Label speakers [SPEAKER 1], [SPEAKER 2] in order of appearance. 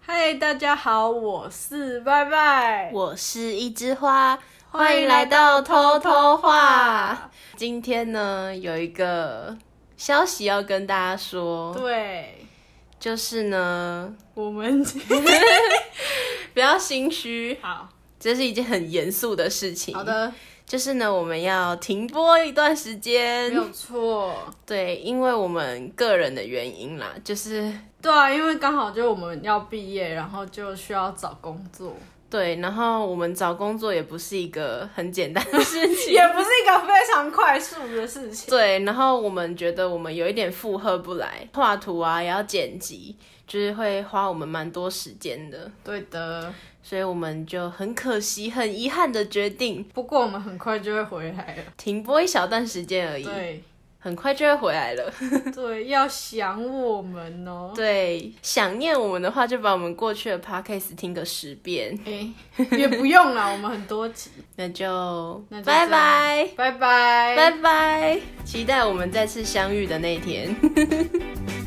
[SPEAKER 1] 嗨，大家好，我是拜拜，
[SPEAKER 2] 我是一枝花，欢迎来到偷偷话。今天呢，有一个消息要跟大家说，
[SPEAKER 1] 对，
[SPEAKER 2] 就是呢，
[SPEAKER 1] 我们
[SPEAKER 2] 不要心虚，
[SPEAKER 1] 好
[SPEAKER 2] 这是一件很严肃的事 情。
[SPEAKER 1] 好，的，
[SPEAKER 2] 就是呢，我们要停播一段时
[SPEAKER 1] 没
[SPEAKER 2] 间，
[SPEAKER 1] 有错，
[SPEAKER 2] 对，因为我们个人的原因啦，就是
[SPEAKER 1] 对啊，因为刚好就我们要毕业，然后就需要找工作，
[SPEAKER 2] 对，然后我们找工作也不是一个很简单的事情，
[SPEAKER 1] 也不是一个非常快速的事情，
[SPEAKER 2] 对，然后我们觉得我们有一点负荷不来，画图啊也要剪辑，就是会花我们蛮多时间的，
[SPEAKER 1] 对的。
[SPEAKER 2] 所以我们就很可惜、很遗憾的决定
[SPEAKER 1] 不过我们很快就会回来了，
[SPEAKER 2] 停播一小段时间而已，
[SPEAKER 1] 对
[SPEAKER 2] 很快就会回来了。
[SPEAKER 1] 对，要想我们哦。
[SPEAKER 2] 对，想念我们的话，就把我们过去的 podcast 听个十遍，
[SPEAKER 1] 哎、也不用啦，我们很多集，
[SPEAKER 2] 那就
[SPEAKER 1] 那就这
[SPEAKER 2] 拜
[SPEAKER 1] 样
[SPEAKER 2] 拜，
[SPEAKER 1] 拜拜，
[SPEAKER 2] 拜拜，期待我们再次相遇的那一天。